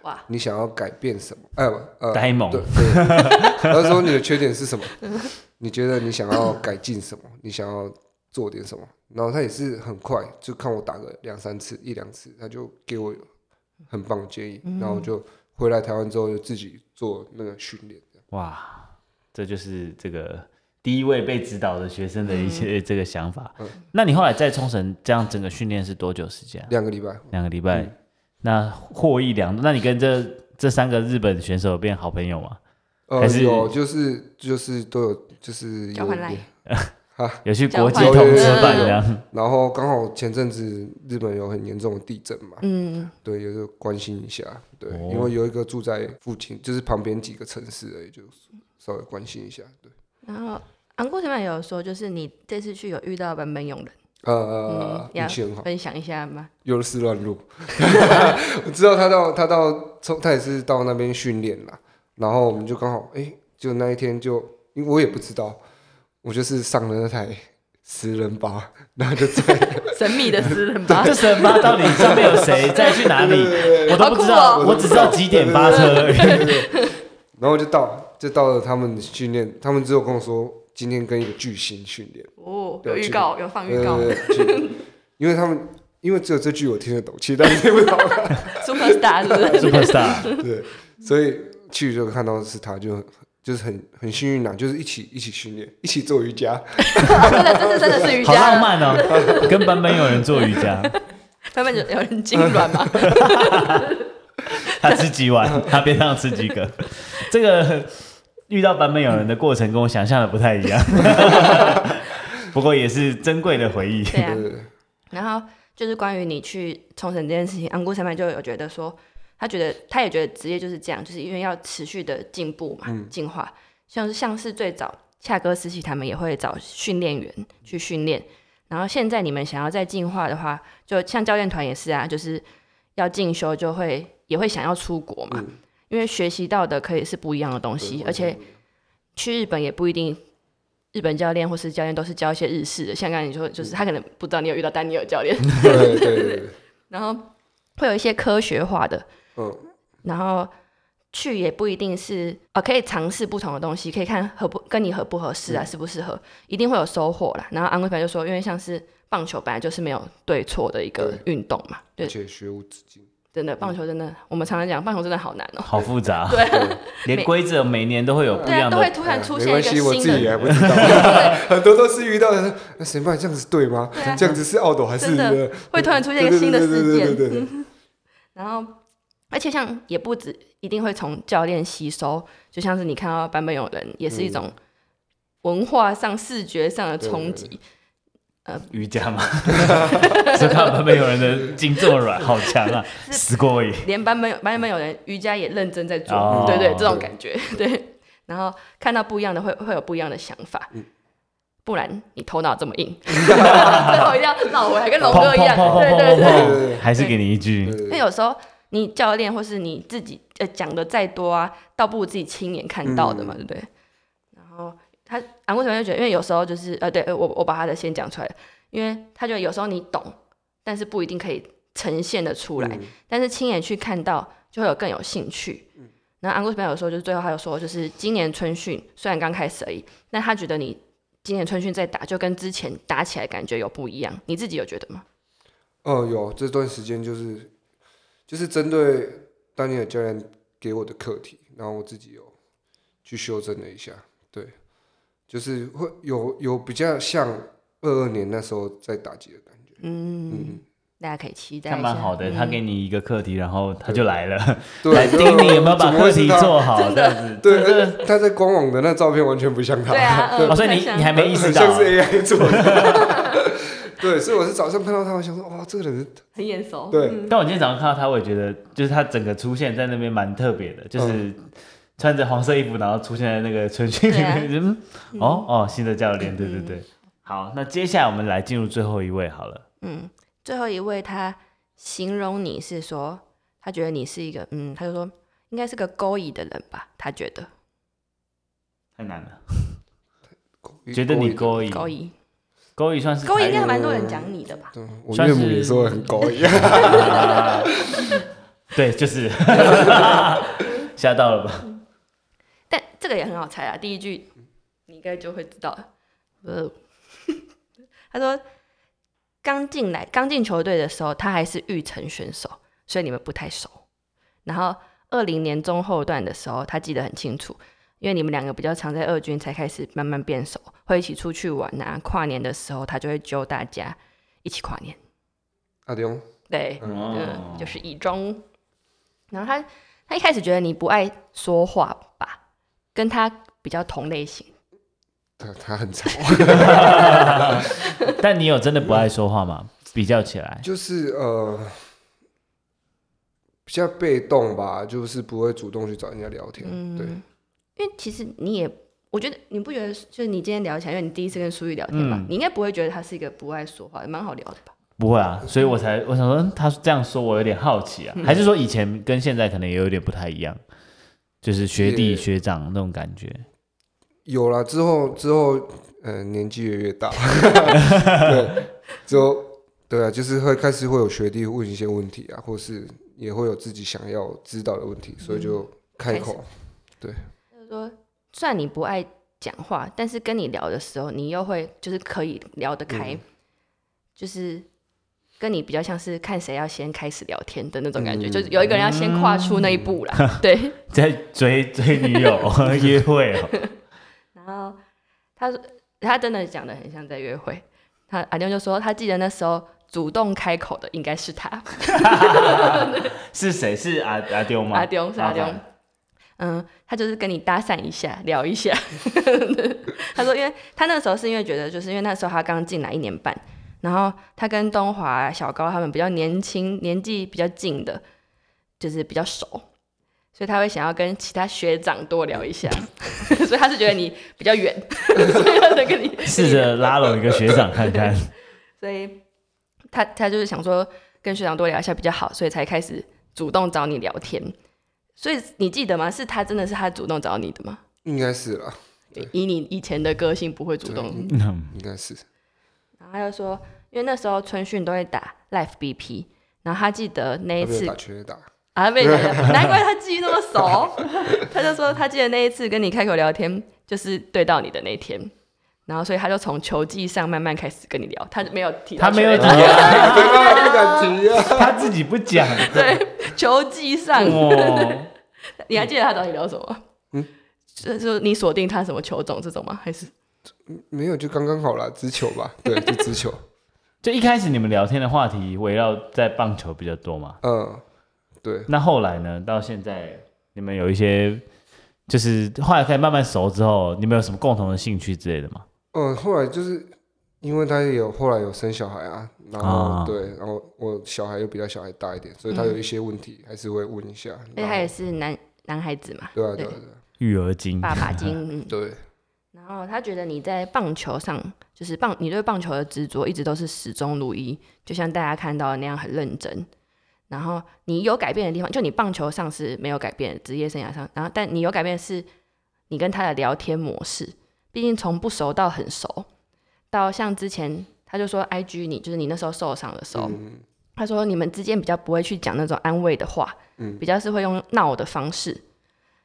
Speaker 3: 哇，
Speaker 4: 你想要改变什么？哎、呃，
Speaker 2: 呆萌
Speaker 4: 对，对 (laughs) 他说你的缺点是什么？你觉得你想要改进什么？你想要做点什么？然后他也是很快，就看我打个两三次、一两次，他就给我很棒的建议，然后我就回来台湾之后就自己做那个训练。
Speaker 2: 哇，这就是这个第一位被指导的学生的一些这个想法。
Speaker 4: 嗯
Speaker 2: 那你后来在冲绳这样整个训练是多久时间啊、
Speaker 4: 两个礼拜，
Speaker 2: 两个礼拜。
Speaker 4: 嗯
Speaker 2: 那获益良多，那你跟这这三个日本选手变好朋友吗？还
Speaker 4: 呃，
Speaker 2: 是
Speaker 4: 有就是就是都有就是有
Speaker 3: 交换 Line
Speaker 2: 有去
Speaker 3: 交
Speaker 2: 国
Speaker 3: 换
Speaker 2: 际同吃
Speaker 4: 嗯
Speaker 2: 饭这样？
Speaker 4: 然后刚好前阵子日本有很严重的地震嘛，
Speaker 3: 嗯，
Speaker 4: 对，有时候关心一下，对，
Speaker 2: 哦
Speaker 4: 因为有一个住在附近，就是旁边几个城市而已，就稍微关心一下，对，
Speaker 3: 然后昂郭前面也有说，就是你这次去有遇到版本勇人，
Speaker 4: 呃，
Speaker 3: 嗯
Speaker 4: 运气很好，
Speaker 3: 分享一下吗？ (laughs)
Speaker 4: 又是乱入， (laughs) 我知道他到他到从他也是到那边训练啦，然后我们就刚好，哎、就那一天就，因为我也不知道，我就是上了那台十人巴，然后就在
Speaker 3: 神秘的私人
Speaker 2: (laughs)
Speaker 3: 吧
Speaker 2: 这，神巴到底上面有谁再去哪里？我都不知道，
Speaker 4: 哦
Speaker 3: 好酷
Speaker 2: 我只知道几点发车而已。
Speaker 4: 然后就到就到了他们的训练，他们只有跟我说今天跟一个巨星训练。
Speaker 3: 哦，
Speaker 4: 对
Speaker 3: 有预告，有放预告
Speaker 4: 呃，去因为他们因为只有这句我听得懂，其他人听不懂，
Speaker 3: ，Superstar 是不
Speaker 2: (laughs)
Speaker 3: 是？
Speaker 2: Superstar，
Speaker 4: 对，所以去就看到是他就很就是很很幸运啦、就是一起一起训练，一起做瑜伽，
Speaker 3: 真的，这次真的是瑜
Speaker 2: 好
Speaker 3: 伽
Speaker 2: 浪
Speaker 3: 了，
Speaker 2: 漫哦！跟版本有人做瑜伽，
Speaker 3: 版本有人痉挛吗？
Speaker 2: 他吃几碗，他边上吃几个。这个遇到版本有人的过程跟我想象的不太一样， (laughs) 不过也是珍贵的回忆。
Speaker 3: 对啊，
Speaker 4: 对，
Speaker 3: 然后就是关于你去冲绳这件事情，安姑前面就有觉得说，他觉得他也觉得职业就是这样，就是因为要持续的进步嘛，进化。像是像是最早恰哥时期，他们也会找训练员去训练。然后现在你们想要再进化的话，就像教练团也是啊，就是要进修就会也会想要出国嘛，因为学习到的可以是不一样的东西，而且去日本也不一定日本教练或是教练都是教一些日式的，像刚才你说，就是他可能不知道你有遇到丹尼尔教练，
Speaker 4: 对对对对，
Speaker 3: 然后会有一些科学化的，
Speaker 4: 嗯，
Speaker 3: 然后去也不一定是呃可以尝试不同的东西，可以看合不跟你合不合适啊，适不适合，一定会有收获啦。然后安规朋友就说，因为像是棒球本来就是没有对错的一个运动嘛，
Speaker 4: 而
Speaker 3: 对，
Speaker 4: 且学无止境。
Speaker 3: 真的棒球真的，我们常常讲棒球真的好难哦、
Speaker 2: 好复杂，
Speaker 3: 对
Speaker 2: 连规则每年都会有不一
Speaker 3: 对啊，
Speaker 2: 样
Speaker 3: 都会
Speaker 2: 的。
Speaker 3: 突然出
Speaker 4: 没
Speaker 3: 现一个
Speaker 4: 关系，我
Speaker 3: 新
Speaker 4: 自己也还
Speaker 3: 的，
Speaker 4: 不知道，很多都是遇到的。那谁办这样子对吗
Speaker 3: 对啊？
Speaker 4: 这样子是奥斗还是
Speaker 3: 真的
Speaker 4: 呃
Speaker 3: 会突然出现一个新的事
Speaker 4: 对对对对对对
Speaker 3: 件。
Speaker 4: 对
Speaker 3: 然后，而且像也不止一定会从教练吸收，就像是你看到版本有人，也是一种
Speaker 2: 嗯
Speaker 3: 文化上、视觉上的冲击。
Speaker 2: 瑜伽嘛， (laughs) 所以看旁边有人的筋这么软，好强啊！死过我也。
Speaker 3: 连版本版本有人瑜伽也认真在做，
Speaker 2: 哦
Speaker 3: 对对，这种感觉， (laughs) 对。然后看到不一样的会会有不一样的想法，
Speaker 2: 嗯
Speaker 3: 不然你头脑这
Speaker 2: (laughs)
Speaker 3: 么硬，最后一定要绕回来，跟龙哥一样，
Speaker 2: 砰砰
Speaker 3: 对
Speaker 2: 砰
Speaker 3: 对
Speaker 2: 砰砰
Speaker 3: 对。
Speaker 2: 砰还是给你一句，
Speaker 4: 对
Speaker 3: 因
Speaker 4: 对
Speaker 3: 为有时候你教练或是你自己呃讲的再多啊，倒不如自己亲眼看到的嘛，
Speaker 4: 嗯
Speaker 3: 对不对？然后他安顾成就觉得，因为有时候就是呃，对呃我我把他的先讲出来，因为他觉得有时候你懂，但是不一定可以呈现的出来，
Speaker 4: 嗯
Speaker 3: 但是亲眼去看到就会有更有兴趣。然后安顾这边有说，就是最后他有说，就是今年春训虽然刚开始而已，但他觉得你今年春训再打，就跟之前打起来感觉有不一样。你自己有觉得吗？
Speaker 4: 哦，有这段时间就是就是针对当年的教练给我的课题，然后我自己有去修正了一下，对，就是会有有比较像二二年那时候在打击的感觉，
Speaker 3: 嗯
Speaker 4: 嗯，
Speaker 3: 大家可以期待一
Speaker 2: 他
Speaker 3: 下。
Speaker 2: 蛮好的，
Speaker 3: 嗯
Speaker 2: 他给你一个课题，然后他就来了，
Speaker 4: 对，
Speaker 2: 来盯你有没有把
Speaker 4: 怎么会
Speaker 2: 课
Speaker 4: 是
Speaker 2: 题
Speaker 4: 他？
Speaker 2: 做好，这样子。 (laughs)
Speaker 4: 对，
Speaker 2: 这
Speaker 4: 而且他在官网的那照片完全不像他，
Speaker 3: (laughs)
Speaker 4: (laughs)
Speaker 3: 对啊，
Speaker 2: 哦，
Speaker 3: 嗯
Speaker 2: 所以你
Speaker 3: 不太像
Speaker 2: 你还没意识
Speaker 4: 很
Speaker 2: 到
Speaker 4: 像是 AI 做的。对，所以我是早上看到他，我想说，哇，这个人
Speaker 3: 很眼熟，
Speaker 4: 对
Speaker 3: 嗯
Speaker 2: 但我今天早上看到他，我也觉得，就是他整个出现在那边蛮特别的，
Speaker 4: 嗯
Speaker 2: 就是穿着黄色衣服，然后出现在那个春训里面。嗯哦哦，新的教练，对
Speaker 3: 嗯
Speaker 2: 对对。好，那接下来我们来进入最后一位好了。
Speaker 3: 嗯，最后一位他形容你是说，他觉得你是一个，嗯，他就说应该是个勾引的人吧，他觉得
Speaker 2: 太难了，觉得你
Speaker 4: 嗯勾
Speaker 2: 勾引，
Speaker 3: 勾引，
Speaker 2: 勾引算是
Speaker 3: 勾引应该
Speaker 2: 台
Speaker 3: 还蛮多人讲你的吧，
Speaker 4: 引，我
Speaker 2: 算
Speaker 4: 岳母
Speaker 2: 是
Speaker 4: 也说我很勾引，
Speaker 2: (laughs) 语啊对，就是
Speaker 3: (laughs)
Speaker 2: 吓到了吧？
Speaker 3: 但这个也很好猜啊，第一句你应该就会知道了，呃， (laughs) 他说刚进来刚进球队的时候，他还是育成选手，所以你们不太熟。然后二零年中后段的时候，他记得很清楚，因为你们两个比较常在二军才开始慢慢变熟，会一起出去玩啊。跨年的时候，他就会揪大家一起跨年。
Speaker 4: 阿东，
Speaker 3: 对，
Speaker 2: 哦
Speaker 3: 嗯，就是以中。然后他他一开始觉得你不爱说话吧，跟他比较同类型。
Speaker 4: 他他很吵，
Speaker 2: 但你有真的不爱说话吗？比较起来，
Speaker 4: 就是呃比较被动吧，就是不会主动去找人家聊天，对，
Speaker 3: 嗯，因为其实你也，我觉得你不觉得，就是你今天聊起来，因为你第一次跟苏玉聊天嘛，
Speaker 2: 嗯
Speaker 3: 你应该不会觉得他是一个不爱说话，蛮好聊的吧？
Speaker 2: 不会啊，所以我才我想说，嗯他这样说，我有点好奇
Speaker 3: 嗯
Speaker 2: 啊，还是说以前跟现在可能也有点不太一样，就是学弟
Speaker 4: 也
Speaker 2: 学长那种感觉。
Speaker 4: 有了之后之后，呃，年纪越来越
Speaker 3: (laughs)
Speaker 4: 大，对，之后对啊，就是会开始会有学弟问一些问题啊，或是也会有自己想要知道的问题，所以就
Speaker 3: 嗯
Speaker 4: 开口。
Speaker 3: 就是说，虽然你不爱讲话，但是跟你聊的时候，你又会就是可以聊得开，
Speaker 2: 嗯
Speaker 3: 就是。跟你比较像是看谁要先开始聊天的那种感觉，
Speaker 4: 嗯
Speaker 3: 就是有一个人要先跨出那一步啦。
Speaker 2: 嗯
Speaker 3: 对，
Speaker 2: 在追追女友
Speaker 3: (laughs)
Speaker 2: 约会哦，
Speaker 3: 然后他说他真的讲的很像在约会。他阿妞就说，他记得那时候主动开口的应该是他，
Speaker 2: 是谁？是阿阿丢吗？
Speaker 3: 阿丢是阿丢
Speaker 2: 老板
Speaker 3: 嗯，他就是跟你搭讪一下，聊一下。 (laughs) 他说，因为他那时候是因为觉得，就是因为那时候他刚进来一年半，然后他跟东华、小高他们比较年轻、年纪比较近的，就是比较熟，所以他会想要跟其他学长多聊一下。 (laughs) 所以他是觉得你比较远， (laughs) 所以他就跟你
Speaker 2: 试着拉拢一个学长看
Speaker 3: (laughs)
Speaker 2: 看。
Speaker 3: 所以他他就是想说跟学长多聊一下比较好，所以才开始主动找你聊天。所以你记得吗？是他真的是他主动找你的吗？
Speaker 4: 应该是啦，对
Speaker 3: 以你以前的个性不会主
Speaker 4: 对，
Speaker 3: 动。
Speaker 4: 应
Speaker 2: 嗯
Speaker 4: 应该是
Speaker 3: 然后他就说，因为那时候春训都会打 Life BP，然后他记得那
Speaker 4: 他
Speaker 3: 一
Speaker 4: 没有
Speaker 3: 次
Speaker 4: 打全垒打， (laughs)
Speaker 3: 啊，被人家讲难怪他记忆那么熟。他就说他记得那一次跟你开口聊天，就是对到你的那一天。然后所以他就从球技上慢慢开始跟你聊，他没有提到
Speaker 2: 他没有
Speaker 3: 球
Speaker 2: 提
Speaker 3: 类
Speaker 2: 啊，
Speaker 4: 对啊，不敢提啊。
Speaker 2: (laughs)
Speaker 4: (laughs)
Speaker 2: 他自己不讲。
Speaker 3: 球技上，
Speaker 2: 哦，
Speaker 3: 你还记得他找你聊什么？
Speaker 4: 嗯
Speaker 3: 嗯，就就是你锁定他什么球种这种吗？还是
Speaker 4: 没有，就刚刚好啦，直球吧，对，就直球。
Speaker 2: 就一开始你们聊天的话题围绕在棒球比较多嘛？
Speaker 4: 嗯，对，
Speaker 2: 那后来呢？到现在你们有一些，就是后来开始慢慢熟之后，你们有什么共同的兴趣之类的吗？
Speaker 4: 嗯，后来就是因为他也有后来有生小孩啊，然后、
Speaker 2: 啊
Speaker 4: 对，然后我小孩又比较小孩大一点，所以他有一些问题还是会问一下。
Speaker 3: 因
Speaker 4: 然
Speaker 3: 为嗯哎他
Speaker 4: 后
Speaker 3: 也是男男孩子嘛，
Speaker 4: 对啊，
Speaker 3: 对
Speaker 4: 对啊，对啊
Speaker 2: 育儿经，(laughs)
Speaker 3: 爸爸经。嗯
Speaker 4: 对，
Speaker 3: 然后他觉得你在棒球上，就是棒，你对棒球的执着一直都是始终如一，就像大家看到的那样很认真。然后你有改变的地方，就你棒球上是没有改变，职业生涯上，然后但你有改变的是你跟他的聊天模式，毕竟从不熟到很熟，到像之前他就说 I G 你，就是你那时候受伤的时候，
Speaker 4: 嗯
Speaker 3: 他说你们之间比较不会去讲那种安慰的话，
Speaker 4: 嗯
Speaker 3: 比较是会用闹的方式，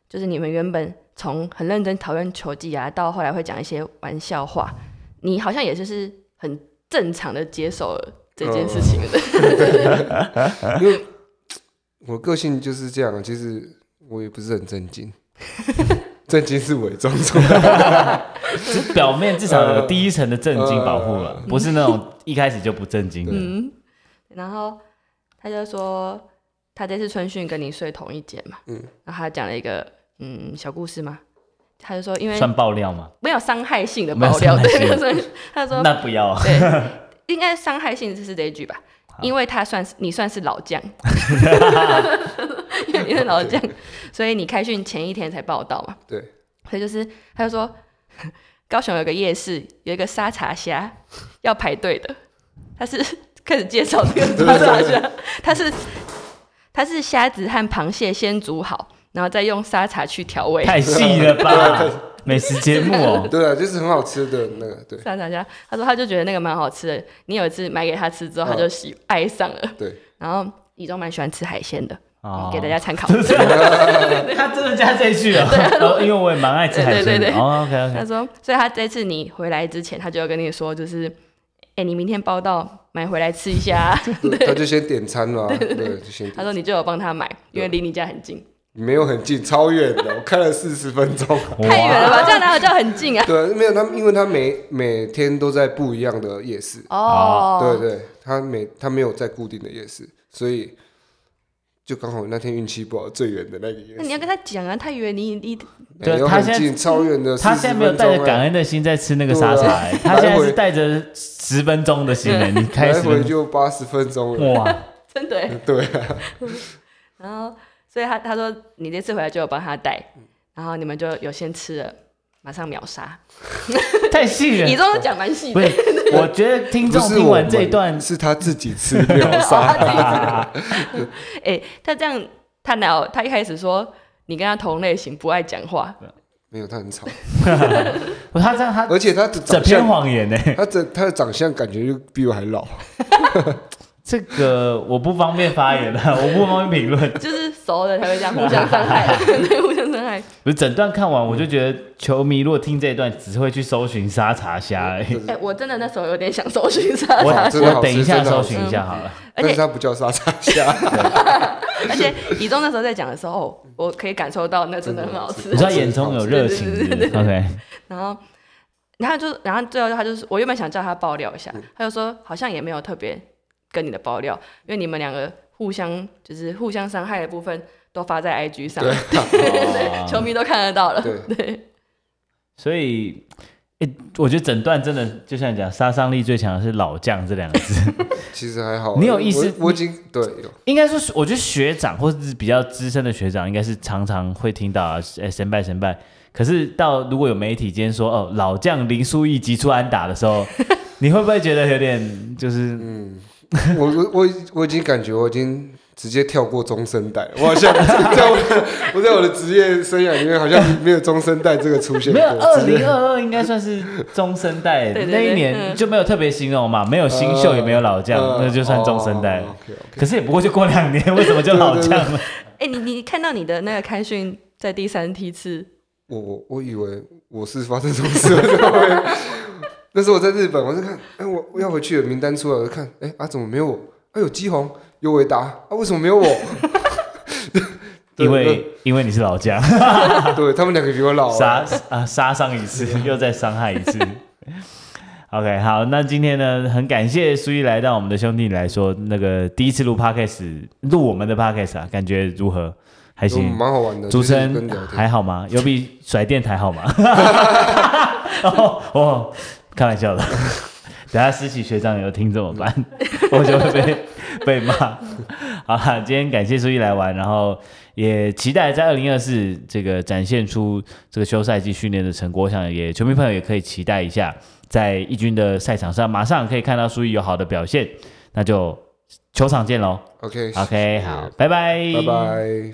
Speaker 3: 就是你们原本从很认真讨论球技啊，到后来会讲一些玩笑话，你好像也就是很正常的接受了这件事
Speaker 4: (laughs) 哦
Speaker 3: 情的，
Speaker 4: 因为我个性就是这样啊，其实我也不是很震
Speaker 3: (laughs)
Speaker 4: 惊，震惊是伪装出来的。
Speaker 2: 就表面至少
Speaker 4: 呃
Speaker 2: 有第一层的震惊保护了，不是那种一开始就不震惊的。
Speaker 3: 嗯。然后他就说他这次春训跟你睡同一间嘛，
Speaker 4: 嗯
Speaker 3: 然后他讲了一个嗯小故事嘛，他就说因为
Speaker 2: 算爆料吗？
Speaker 3: 没有伤害性的
Speaker 2: 没有
Speaker 3: 爆
Speaker 2: 伤
Speaker 3: 料，
Speaker 2: 害
Speaker 3: 对，没有
Speaker 2: 性
Speaker 3: 伤害他说
Speaker 2: 那不要啊，
Speaker 3: 对，应该伤害性就是这一句吧，因为他算是你算是老将，因为你是老将，所以你开训前一天才报道嘛，
Speaker 4: 对，
Speaker 3: 所以就是他就说，高雄有个夜市有一个沙茶虾要排队的，他是 (laughs) 开始介绍这个沙茶虾，他是他是虾子和螃蟹先煮好，然后再用沙茶去调味，
Speaker 2: 太细了吧？美食节目
Speaker 3: (laughs)
Speaker 2: 哦，
Speaker 4: 对啊，就是很好吃的那个，对
Speaker 3: 沙茶虾，他说他就觉得那个蛮好吃的，你有一次买给他吃之后，他就喜爱上了。 (laughs)
Speaker 4: 对，
Speaker 3: 然后李宗蛮喜欢吃海鲜的，
Speaker 2: 哦
Speaker 3: 给大家参考。
Speaker 2: 他真的加这一句了，哦因为我也蛮爱吃海
Speaker 3: 对
Speaker 2: 鲜
Speaker 3: 对
Speaker 2: 的。
Speaker 3: 对
Speaker 2: 哦，OK
Speaker 3: 他
Speaker 2: OK，
Speaker 3: 说，所以他这次你回来之前，他就要跟你说，就是，哎、你明天报到买回来吃一下啊、
Speaker 4: 对，他就先点餐
Speaker 3: (laughs)
Speaker 4: 了、啊，对，就先点
Speaker 3: 他说你就有帮他买，因为离你家很近，
Speaker 4: 没有很近，超远的，我看了四十分钟。啊
Speaker 3: 太远了吧？这样哪有叫很近
Speaker 4: (laughs)
Speaker 3: 啊？
Speaker 4: 对，没有他，因为他每每天都在不一样的夜市，
Speaker 3: 哦，
Speaker 4: 对对，他每他没有在固定的夜市，所以就刚好那天运气不好，最远的那个夜
Speaker 3: 那你
Speaker 4: 市
Speaker 3: 要跟他讲啊，太远，你你
Speaker 4: 没
Speaker 2: 对啊
Speaker 4: 有
Speaker 2: 他
Speaker 4: 很
Speaker 2: 现在
Speaker 4: 近，超远的，
Speaker 2: 他现在没有带着感
Speaker 4: 恩，
Speaker 2: 恩的心在吃那个沙
Speaker 4: 对
Speaker 2: 茶
Speaker 4: 啊， (laughs)
Speaker 2: 欸他现在
Speaker 4: 来
Speaker 2: 是
Speaker 4: 回
Speaker 2: 带着十分钟的心欸你开
Speaker 4: 来
Speaker 2: 始
Speaker 4: 回就八十分钟了，
Speaker 2: 哇，
Speaker 3: 真的欸。
Speaker 4: (laughs) 对啊，
Speaker 3: (laughs) 然后，所以他他说你这次回来就有帮他带，然后你们就有先吃了，马上秒杀。
Speaker 2: (laughs) 太细
Speaker 3: 李
Speaker 2: 了。
Speaker 3: 宗讲蛮细
Speaker 2: 不
Speaker 3: 的，
Speaker 2: 是，我觉得听
Speaker 4: 不
Speaker 2: 众
Speaker 4: 是
Speaker 2: 听
Speaker 4: 我
Speaker 2: 完这一
Speaker 4: 们
Speaker 2: 段，
Speaker 4: 是他自己吃
Speaker 2: (laughs)
Speaker 4: 秒 (laughs) 杀，
Speaker 3: 哎、他这样，他哪有？他一开始说你跟他同类型，不爱讲话，
Speaker 4: 没有他很吵，
Speaker 2: 他这样他
Speaker 4: 而且他的
Speaker 2: 整
Speaker 4: 长
Speaker 2: 篇
Speaker 4: 相，
Speaker 2: 谎言呢、
Speaker 4: 他的他的长相感觉就比我还老，啊
Speaker 2: 这个我不方便发言啊， (laughs) 我不方便评论。
Speaker 3: 就是熟了才会这样互相伤害，对，互相伤害。
Speaker 2: 我整段看完，我就觉得球迷如果听这一段，只会去搜寻沙茶虾、而已。
Speaker 3: 哎、我真的那时候有点想搜寻沙
Speaker 2: 我
Speaker 3: 茶
Speaker 4: 真的好吃
Speaker 2: 我等一下
Speaker 4: 真的
Speaker 2: 搜
Speaker 4: 好吃
Speaker 2: 寻一下好了。
Speaker 3: 而
Speaker 4: 但是
Speaker 3: 且
Speaker 4: 他不叫沙茶虾，
Speaker 3: 而且以中那时候在讲的时候，我可以感受到那真的很好吃
Speaker 2: 你。知道眼中有热情是不是，OK？
Speaker 3: 然后，然后就，然后最后他就是，我原本想叫他爆料一下，他就说好像也没有特别跟你的爆料，因为你们两个互相就是互相伤害的部分都发在 IG 上， (laughs)
Speaker 2: 哦
Speaker 3: 球迷都看得到了。
Speaker 4: 对
Speaker 2: 所以，哎、我觉得整段真的就像你讲，杀伤力最强的是老将这两个字。
Speaker 4: 其实还好，
Speaker 2: 你有意思
Speaker 4: 我我已经对有。
Speaker 2: 应该说是，我觉得学长或者是比较资深的学长，应该是常常会听到啊，哎、神拜神拜。可是到如果有媒体今天说哦，老将林书义急出安打的时
Speaker 3: (laughs)
Speaker 2: 候，你会不会觉得有点就是
Speaker 4: 嗯， (laughs) 我我我已我已经感觉我已经直接跳过中生代了，我好像 (laughs) 在我的我在我的职业生涯里面好像没有中生代这个出现
Speaker 2: 没
Speaker 4: 过
Speaker 2: 有？。二零二二应该算是中生代，
Speaker 3: (laughs) 对对
Speaker 2: 那
Speaker 3: 对
Speaker 2: 一年
Speaker 3: 嗯
Speaker 2: 就没有特别形容嘛，没有新秀也没有老将，
Speaker 4: 呃
Speaker 2: 那就算中生代。
Speaker 4: o k
Speaker 2: 可是也不过就过两年，为什么就老将了？
Speaker 3: 哎、你你看到你的那个开训在第三梯次，
Speaker 4: (laughs) 我我我以为我是发生什么事了，那时候我在日本，我在看，哎，我我要回去的名单出来，我就看，哎啊，怎么没有我？哎有基宏，有伟达，啊，为什么没有我？ (laughs) 对
Speaker 2: 因为因为你是老将，
Speaker 4: 对他们两个比我老、啊，
Speaker 2: 杀啊杀伤一次，又再伤害一次。OK，好，那今天呢，很感谢苏一来到我们的兄弟来说，那个第一次录 Podcast，录我们的 Podcast 啊，感觉如何？还
Speaker 4: 嗯
Speaker 2: 行，
Speaker 4: 蛮好玩的。
Speaker 2: 主持
Speaker 4: 就是跟
Speaker 2: 人
Speaker 4: 聊天
Speaker 2: 还好吗？有比甩电台
Speaker 4: (laughs)
Speaker 2: 好吗？哦哦，开玩笑的。 (laughs) 等下思琪学长有听怎么
Speaker 4: (laughs)
Speaker 2: 办？我就会被被骂。好啦，今天感谢苏毅来玩，然后也期待在二零二四这个展现出这个休赛季训练的成果。我想也球迷朋友也可以期待一下，在一军的赛场上，马上可以看到苏毅有好的表现。那就球场见喽。
Speaker 4: OK，
Speaker 2: OK，好，拜拜，
Speaker 4: 拜拜。